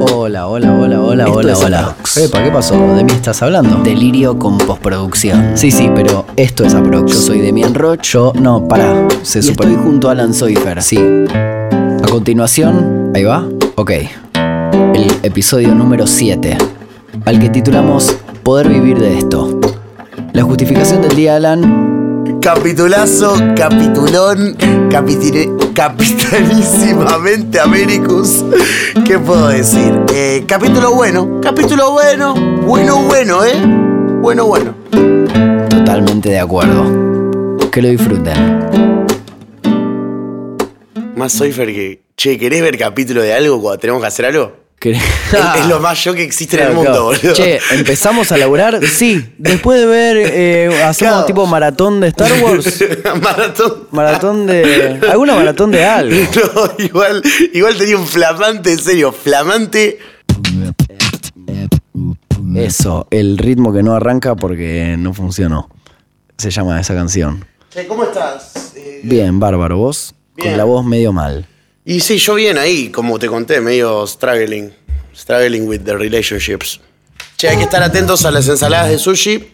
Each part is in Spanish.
Hola, hola, hola, hola, Esto hola, es hola. Aprox. Epa, ¿qué pasó? ¿De mí estás hablando? Delirio con postproducción. Sí, sí, pero esto es Aprox. Yo soy Demian Roch Yo, no, pará. Se y super... estoy junto a Alan Soifer. Sí. A continuación, ahí va. Ok. El episodio número 7, al que titulamos Poder vivir de esto. La justificación del día, Alan. Capitulazo, capitulón, capitile- capitanísimamente Americus. ¿Qué puedo decir? Eh, capítulo bueno, capítulo bueno, bueno, bueno, ¿eh? Bueno, bueno. Totalmente de acuerdo. Que lo disfruten. Más soy Fer que, che, ¿querés ver capítulo de algo cuando tenemos que hacer algo? Que- Es, es lo más yo que existe en el Claro, mundo, claro. boludo. Che, empezamos a laburar. Sí, después de ver, eh, hacemos Claro. tipo maratón de Star Wars. Maratón. Maratón de. Alguna maratón de algo. No, igual, igual tenía un flamante, en serio, flamante. Eso, el ritmo que no arranca porque no funcionó. Se llama esa canción. Che, ¿cómo estás? Eh, Bien, bárbaro, vos. Con Bien. la voz medio mal. Y sí, yo bien ahí, como te conté, medio struggling. Struggling with the relationships. Che, hay que estar atentos a las ensaladas de sushi.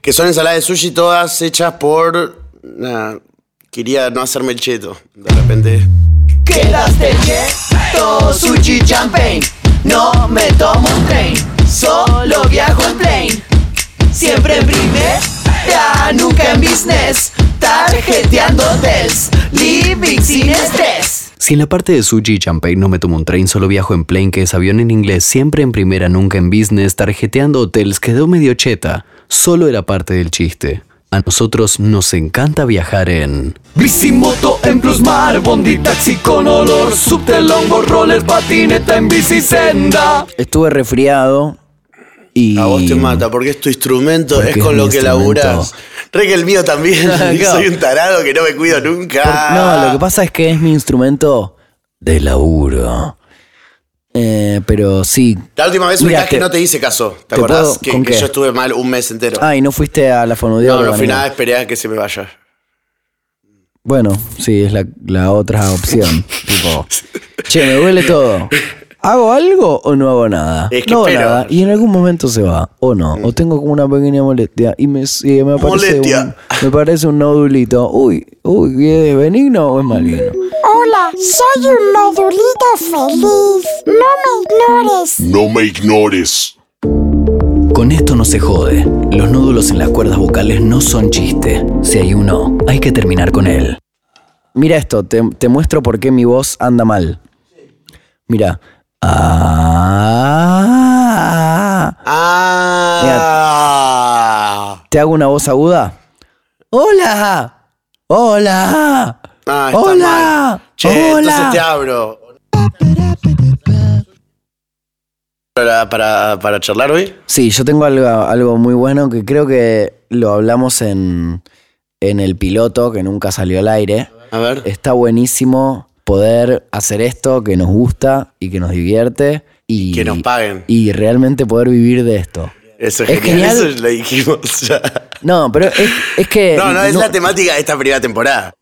Que son ensaladas de sushi todas hechas por. Nada. Quería no hacerme el cheto. De repente. Quedaste bien, todo sushi champagne. No me tomo un train, solo viajo en plane. Siempre en primera, nunca en business. Tarjeteando hotels, living sin estrés. Si en la parte de sushi y champagne no me tomo un tren, solo viajo en plane, que es avión en inglés, siempre en primera, nunca en business, tarjeteando hotels, quedó medio cheta. Solo era parte del chiste. A nosotros nos encanta viajar en... Bicimoto en plusmar, bondi taxi con olor, subte longo roller, patineta en bici senda. Estuve resfriado y. A vos te mata, porque es tu instrumento, Porque es es con mi lo que instrumento. laburás. Re que el mío también. Claro. Soy un tarado que no me cuido Por- nunca. No, lo que pasa es que es mi instrumento de laburo. Eh, pero sí. La última vez Mirá, ubicás que te- no te hice caso. te ¿Te, acordás? puedo- Que, ¿con que qué? yo estuve mal un mes entero. Ah, y no fuiste a la fonoaudióloga. no, no fui ni nada, nada. esperé a que se me vaya. Bueno, sí, es la, la otra opción. tipo, che, me duele todo. ¿Hago algo o no hago nada? Es que no hago espero. Mm. nada. Y en algún momento se va, o no. O tengo como una pequeña molestia y me, y me aparece Molestia. un, me parece un nodulito. Uy, uy, ¿es benigno o es maligno? Hola, soy un nodulito feliz. No me ignores. No me ignores. Con esto no se jode. Los nódulos en las cuerdas vocales no son chiste. Si hay uno, hay que terminar con él. Mira esto, te, te muestro por qué mi voz anda mal. Mira. Ah, Ah. ¿Te hago una voz aguda? ¡Hola! ¡Hola! Ah, está ¡Hola! mal. Che, entonces te ¡Hola! abro. Para, para, para charlar hoy. Sí, yo tengo algo, algo muy bueno que creo que lo hablamos en, en el piloto que nunca salió al aire. A ver. Está buenísimo poder hacer esto que nos gusta y que nos divierte y Que nos paguen. y realmente poder vivir de esto. Eso es, es genial. genial. Eso lo dijimos ya. No, pero es, es que No, no, es no- la temática de esta primera temporada.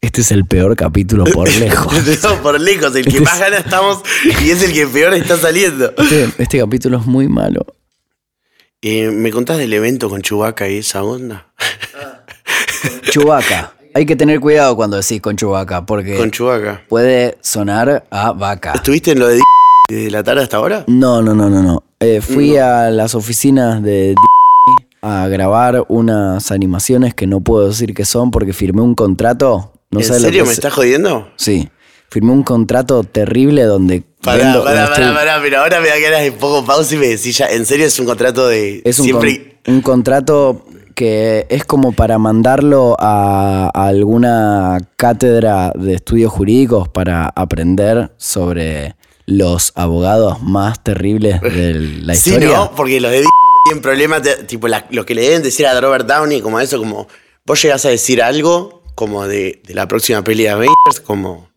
este es el peor capítulo por lejos. No, por lejos, el que más gana estamos y es el que peor está saliendo. Este, este capítulo es muy malo. Eh, ¿Me contás del evento con Chubaca y esa onda? Chubaca. Hay que tener cuidado cuando decís con Chubaca, porque Con Chubaca. puede sonar a vaca. ¿Estuviste en lo de d- desde la tarde hasta ahora? No, no, no, no, no. Eh, fui a las oficinas de a grabar unas animaciones que no puedo decir que son porque firmé un contrato. No ¿En sé lo que serio me es- estás jodiendo? Sí. Firmé un contrato terrible donde. Pará, vendo- pará, estoy- pará, pará, pero ahora me da ganas de poco pausa y me decís ya, en serio es un contrato de Es un, siempre con- un contrato que es como para mandarlo a, a alguna cátedra de estudios jurídicos para aprender sobre los abogados más terribles de la Sí, historia. no, porque los de d- tienen problemas, de- tipo la- lo que le deben decir a Robert Downey, como eso, como vos llegás a decir algo como de, de la próxima peli de Avengers, como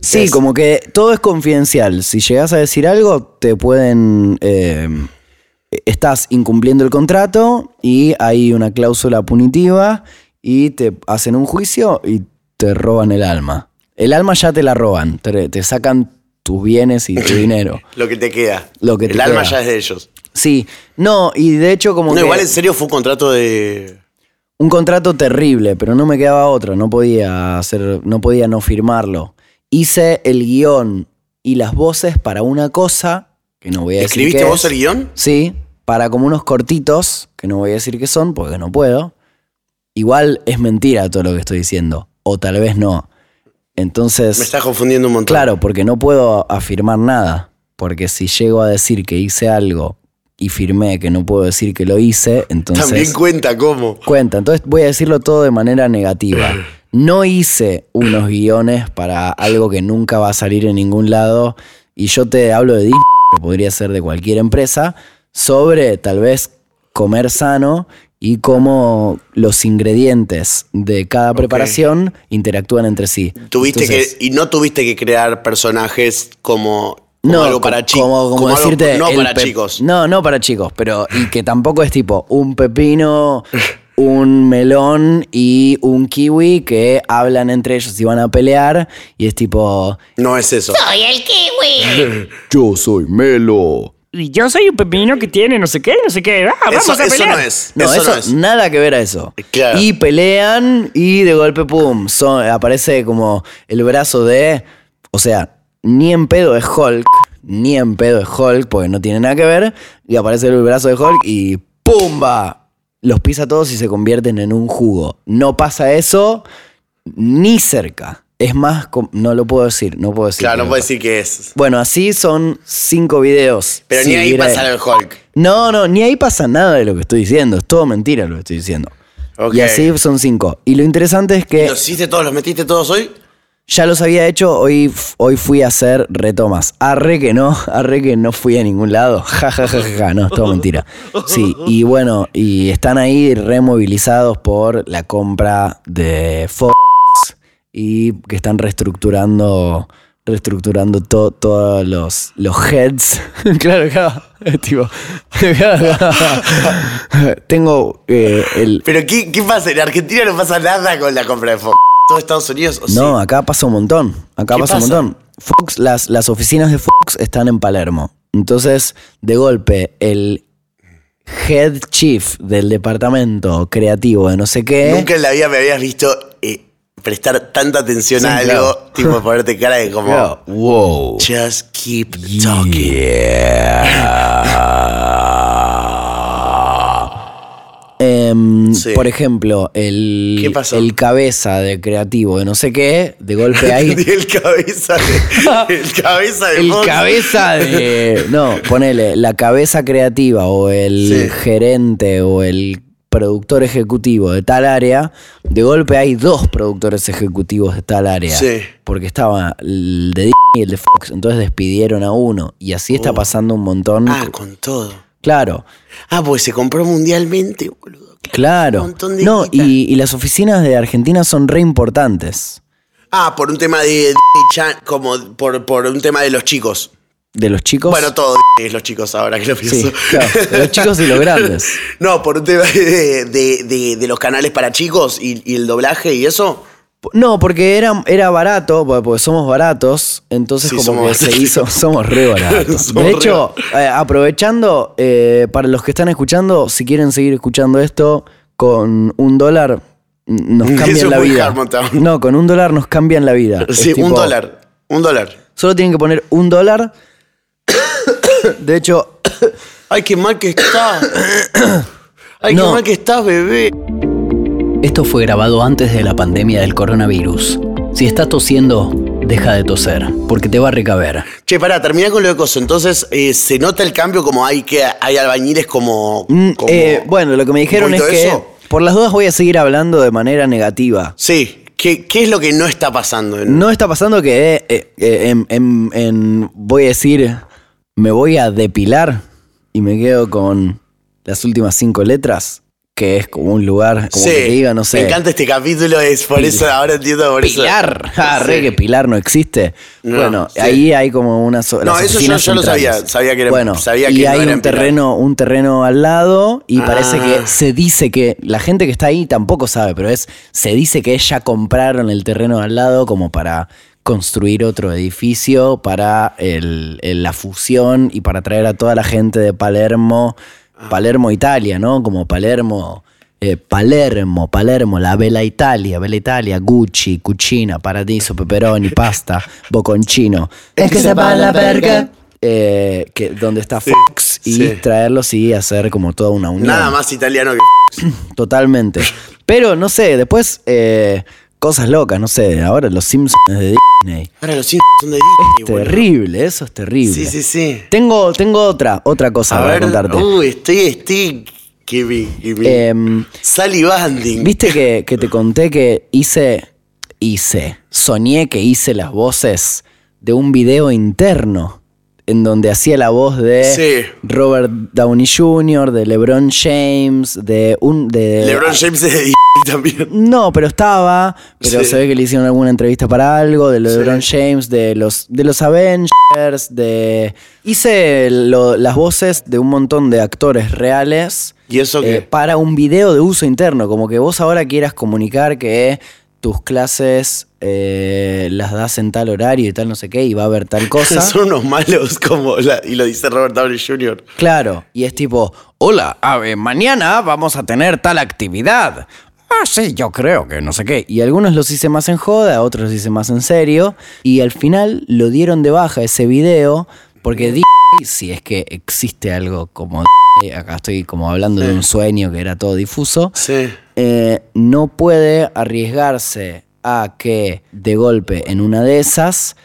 Sí, Es- como que todo es confidencial. Si llegas a decir algo, te pueden... eh, estás incumpliendo el contrato y hay una cláusula punitiva y te hacen un juicio y te roban el alma. El alma ya te la roban, te, te sacan tus bienes y tu dinero. Lo que te queda. Lo que te El alma queda. ya es de ellos. Sí, no, y de hecho como No, que igual en serio fue un contrato de. un contrato terrible, pero no me quedaba otro, no podía hacer, no podía no firmarlo. Hice el guión y las voces para una cosa que no voy a decir. ¿Escribiste qué vos es. el guión? Sí, para como unos cortitos, que no voy a decir qué son porque no puedo. Igual es mentira todo lo que estoy diciendo, o tal vez no. Entonces, Me estás confundiendo un montón. claro, porque no puedo afirmar nada, porque si llego a decir que hice algo y firmé que no puedo decir que lo hice, entonces También cuenta cómo. cuenta. Entonces voy a decirlo todo de manera negativa. No hice unos guiones para algo que nunca va a salir en ningún lado. Y yo te hablo de Disney, que podría ser de cualquier empresa, sobre tal vez comer sano y cómo los ingredientes de cada preparación interactúan entre sí. Tuviste Entonces, que. Y no tuviste que crear personajes como. como no, algo para chicos. Como, como decirte. No el para pe- chicos. No, no para chicos, pero. Y que tampoco es tipo un pepino, un melón y un kiwi que hablan entre ellos y van a pelear. Y es tipo. No es eso. Soy el kiwi. Yo soy Melo. Y yo soy un pepino que tiene no sé qué, no sé qué. Ah, vamos Eso, a eso pelear. no es. No, eso, no es. nada que ver a eso. Claro. Y pelean y de golpe, pum, son- aparece como el brazo de... O sea, ni en pedo es Hulk, ni en pedo es Hulk, porque no tiene nada que ver. Y aparece el brazo de Hulk y ¡pumba! Los pisa a todos y se convierten en un jugo. No pasa eso ni cerca. Es más, com- no lo puedo decir, no puedo decir. Claro, que no lo puedo pasa. decir que es. Bueno, así son cinco videos. Pero ni Sí, ahí mira, pasa el Hulk. no, no, ni ahí pasa nada de lo que estoy diciendo. Es todo mentira lo que estoy diciendo. Ok. Y así son cinco. Y lo interesante es que ¿Los hiciste todos? ¿Los metiste todos hoy? ya los había hecho, hoy, f- hoy fui a hacer retomas. Arre que no, arre que no fui a ningún lado. Ja, ja, ja, ja, ja. No, es todo mentira. Sí, y bueno, y están ahí removilizados por la compra de Fox y que están reestructurando reestructurando to- todos los, los heads. claro, claro. Es tipo, Tengo eh, el... Pero ¿qué, qué pasa? En Argentina no pasa nada con la compra de Fox. Todo Estados Unidos. ¿o sí? No, acá pasa un montón. Acá ¿Qué pasa, un pasa? montón. Fox, las, las oficinas de Fox están en Palermo. Entonces, de golpe, el head chief del departamento creativo de no sé qué. Nunca en la vida me habías visto eh, prestar tanta atención a Sí, algo, claro. tipo ponerte cara de como. Claro, wow. Just keep talking. Em, Sí. Por ejemplo, el, ¿Qué pasó? el cabeza de creativo de no sé qué, de golpe ahí. El cabeza de. El cabeza de El Fox. cabeza de. No, ponele, la cabeza creativa o el Sí. gerente o el productor ejecutivo de tal área, de golpe hay dos productores ejecutivos de tal área. Sí. Porque estaba el de Disney y el de Fox, entonces despidieron a uno. Y así está pasando un montón. Oh. Ah, con todo. Claro. Ah, pues se compró mundialmente, boludo. Claro. Un montón de no, guita. y, y las oficinas de Argentina son re importantes. Ah, por un tema de. de chan- como por, por un tema de los chicos. De los chicos. Bueno, todo es los chicos ahora que lo pienso. Sí, claro, de los chicos y los grandes. No, por un tema de, de- de- de los canales para chicos y, y el doblaje y eso. No, porque era, era barato, porque porque somos baratos, entonces Sí, como somos que se baratos. hizo, somos re baratos. Somos de re hecho, eh, aprovechando, eh, para los que están escuchando, si quieren seguir escuchando esto, con un dólar n- nos Eso cambian es la muy vida. Harmontown. No, con un dólar nos cambian la vida. Es Sí, un tipo, dólar. Un dólar. Solo tienen que poner un dólar. De hecho, Ay, qué mal que está. Ay, No. qué mal que estás, bebé. Esto fue grabado antes de la pandemia del coronavirus. Si estás tosiendo, deja de toser, porque te va a recaber. Che, pará, terminá con lo de coso. Entonces, eh, se nota el cambio como hay que hay albañiles como. mm, como- eh, bueno, lo que me dijeron es poquito que de eso? por las dudas voy a seguir hablando de manera negativa. Sí. ¿Qué, qué es lo que no está pasando? en- No está pasando que eh, eh, eh, en, en- en- voy a decir, me voy a depilar y me quedo con las últimas cinco letras, que es como un lugar, como Sí, que te diga, no sé. Me encanta este capítulo, es por eso ahora entiendo por eso. Pilar, ah, re Sí. que Pilar no existe. No, bueno, sí. ahí hay como una so- No, las eso yo- oficinas yo lo sabía, centrales. sabía que era- bueno, sabía y que no hay era un en Pilar. terreno, un terreno al lado y Ah. parece que se dice que la gente que está ahí tampoco sabe, pero es se dice que ya compraron el terreno al lado como para construir otro edificio para el- el- la fusión y para traer a toda la gente de Palermo, Ah. Palermo, Italia, ¿no? Como Palermo, eh, Palermo, Palermo, la Bella Italia, Bella Italia, Gucci, Cucina, Paradiso, Pepperoni, Pasta, Bocconchino. Es que se va la verga. Eh, que, donde está Fox y sí. traerlos y hacer como toda una unión. Nada más italiano que. Totalmente. Pero no sé, después eh, cosas locas, no sé. Ahora los Simpsons de Disney. Ahora los Simpsons son de Disney, boludo. Terrible, eso es terrible. Sí, sí, sí. Tengo, tengo otra, otra cosa A para ver, uh, contarte. uy, estoy, estoy, que me, que me- Em, salivanding. Viste que, que te conté que hice, hice, soñé que hice las voces de un video interno en donde hacía la voz de Sí. Robert Downey Jr., de LeBron James, de un... De, LeBron James es de Disney también. No, pero estaba. Pero Sí. se ve que le hicieron alguna entrevista para algo, de LeBron James, de los, de los Avengers, de. Hice lo- las voces de un montón de actores reales. eh, ¿Y eso qué? para un video de uso interno. Como que vos ahora quieras comunicar que tus clases eh, las das en tal horario y tal no sé qué, y va a haber tal cosa. Son unos malos como la- y lo dice Robert Downey Jr. Claro, y es tipo, hola, a ver, mañana vamos a tener tal actividad. Ah, sí, yo creo que no sé qué. Y algunos los hice más en joda, otros los hice más en serio. Y al final lo dieron de baja ese video porque di- si es que existe algo como di- acá estoy como hablando de un sueño que era todo difuso, Sí. eh, no puede arriesgarse a que de golpe en una de esas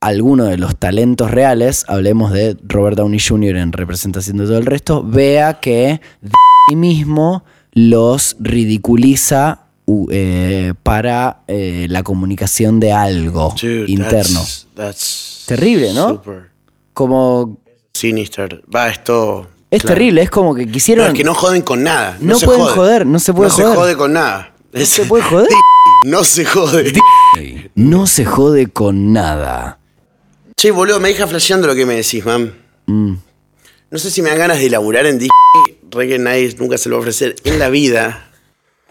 alguno de los talentos reales, hablemos de Robert Downey Jr. en representación de todo el resto, vea que D mismo los ridiculiza u- eh, para eh, la comunicación de algo Dude, interno. that's- that's Terrible, ¿no? Super Como sinister. Va, esto. es terrible, es como que No, quisieron es que no joden con nada. No, No se pueden jode. joder, no se puede No joder. se jode con nada. Es- se puede joder. no se jode. No se jode con nada. Che, boludo, me deja flasheando lo que me decís, man. Mm. No sé si me dan ganas de laburar en Disney. Re que nadie nunca se lo va a ofrecer en la vida.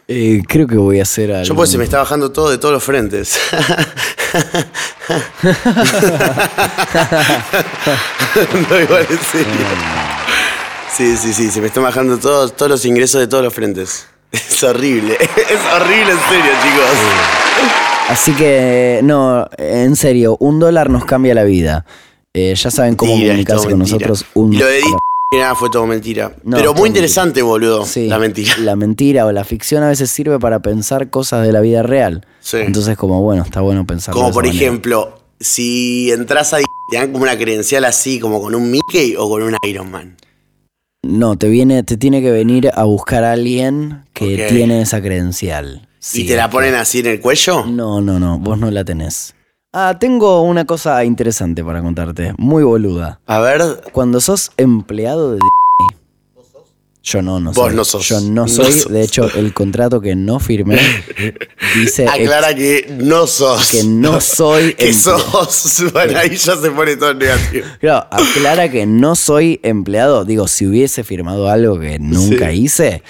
Eh, creo que voy a hacer algo. Yo pues se me está bajando todo de todos los frentes. no, igual en serio. Sí, sí, sí, se me están bajando todos, todos los ingresos de todos los frentes. Es horrible, es horrible en serio, chicos. Así que, no, en serio, un dólar nos cambia la vida. Eh, ya saben cómo Mentira, es todo comunicarse con mentira. nosotros. Un Y lo de Disney, que nada, fue todo mentira. No, Pero todo muy interesante, boludo, Sí, la mentira. La mentira o la ficción a veces sirve para pensar cosas de la vida real. Sí. Entonces, como bueno, está bueno pensar. Como por ejemplo, si entras a Disney, te dan como una credencial así, como con un Mickey o con un Iron Man. No, te viene, te tiene que venir a buscar a alguien que Ok. tiene esa credencial. Sí, Mm. ¿Y te la es ponen así en el cuello? No, no, no, vos no la tenés. Ah, tengo una cosa interesante para contarte, muy boluda. A ver, Cuando sos empleado de Disney. Yo no, no Vos soy. no sos. Yo No no soy. sos. De hecho, el contrato que no firmé dice Aclara que no sos. Eh, que no soy. Que emple- sos. Bueno, ahí ya se pone todo negativo. Claro, aclara que no soy empleado. Digo, si hubiese firmado algo que nunca hice,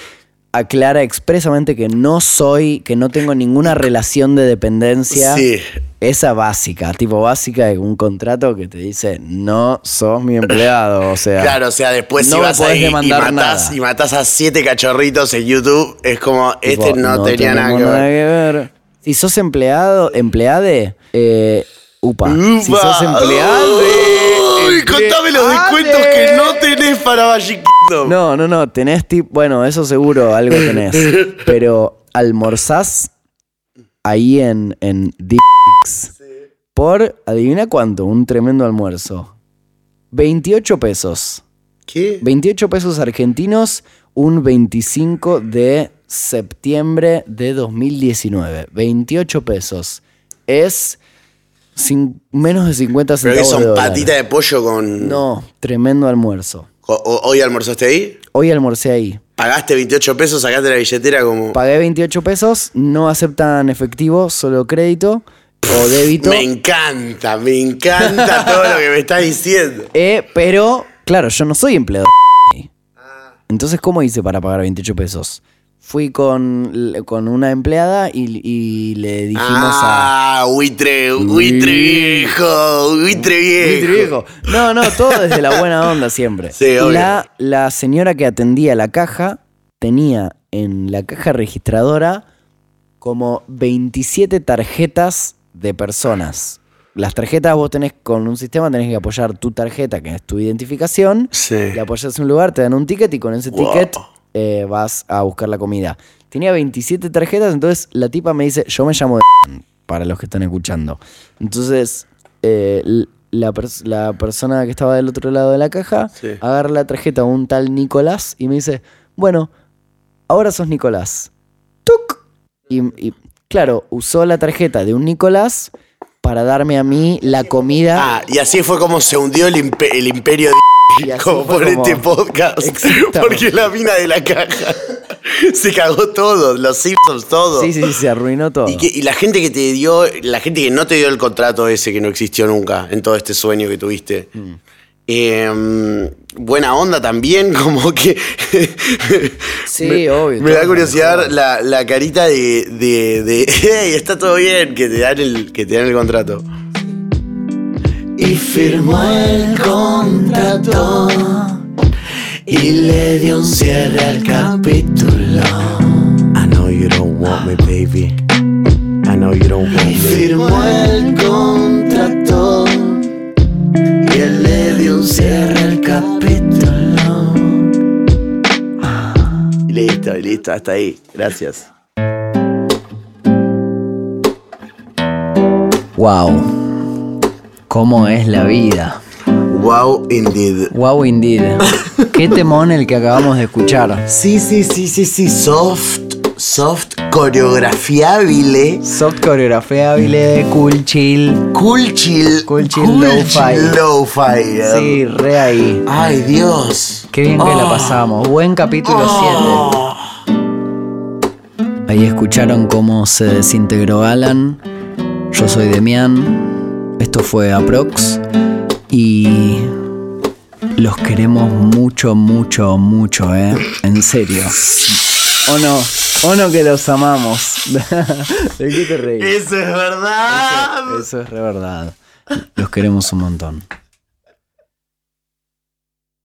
aclara expresamente que no soy, que no tengo ninguna relación de dependencia. Sí. Esa básica, tipo básica de un contrato que te dice no sos mi empleado. O sea. Claro, o sea, después No si me vas podés ahí y demandar matás, nada. y matás a siete cachorritos en YouTube, es como, este Tipo, no, tenía nada tenemos que ver. ver. Si sos empleado, empleade, eh, upa. Si Upa. sos empleade. Uy, contame los descuentos que no tenés para Magic Kingdom. No, no, no, tenés tipo, bueno, eso seguro algo tenés. Pero almorzás ahí en, en Dix por, adivina cuánto, un tremendo almuerzo. 28 pesos. ¿Qué? 28 pesos argentinos, un 25 de septiembre de 2019. 28 pesos. Es cin- menos de 50 ¿Pero que centavos. de son dólar. patitas de pollo con. No, tremendo almuerzo. Co- o- ¿Hoy almorzaste ahí? Hoy almorcé ahí. ¿Pagaste 28 pesos? ¿Sacaste la billetera como.? Pagué 28 pesos, no aceptan efectivo, solo crédito o débito. Me encanta, me encanta todo lo que me estás diciendo. Eh, pero, claro, yo no soy empleado. Entonces, ¿cómo hice para pagar 28 pesos? fui con, con una empleada y, y le dijimos a... Ah, buitre, buitre viejo, buitre viejo. No, no, todo desde la buena onda siempre. Sí, obvio. la, la señora que atendía la caja tenía en la caja registradora como 27 tarjetas de personas. Las tarjetas vos tenés con un sistema, tenés que apoyar tu tarjeta, que es tu identificación. Sí. La apoyas en un lugar, te dan un ticket y con ese Wow. ticket eh, vas a buscar la comida. Tenía 27 tarjetas, entonces la tipa me dice, yo me llamo de para los que están escuchando. Entonces, eh, l- la, pers- la persona que estaba del otro lado de la caja Sí. agarra la tarjeta a un tal Nicolás y me dice, bueno, ahora sos Nicolás. ¡Tuc! Y, y, claro, usó la tarjeta de un Nicolás para darme a mí la comida. Ah, y así fue como se hundió el, impe- el imperio Y de así como fue por como- este podcast. Exactamente. Porque la mina de la caja se cagó todo, los Simpsons, todo. sí, sí, sí, se arruinó todo. Y, que- y la gente que te dio, la gente que no te dio el contrato ese que no existió nunca en todo este sueño que tuviste. Mm. Eh, buena onda también, como que. Sí, me, obvio, Me da todo curiosidad manejado. la, la carita de, de, de, "Hey, está todo bien! Que te dan el, que te dan el contrato. Y firmó el contrato y le dio un cierre al capítulo. I know you don't want me, baby. I know you don't want Y firmó el contrato y él le dio un cierre al capítulo. Listo, listo, hasta ahí. Gracias. Wow. ¿Cómo es la vida? Wow, indeed. Wow, indeed. Qué temón el que acabamos de escuchar. Sí, sí, sí, sí, sí. Soft, soft, coreografiable. Soft coreografiable, cool chill. Cool chill. Cool chill, cool lo-fi. chill, lo-fi. Sí, re ahí. Ay, Dios. Qué bien que la pasamos. Buen capítulo 7. Ahí escucharon cómo se desintegró Alan. Yo soy Demian. Esto fue Aprox. Y los queremos mucho, mucho, mucho, ¿eh? En serio. O no, o no que los amamos. ¿De qué te reís? Eso es verdad. Eso es re verdad. Los queremos un montón.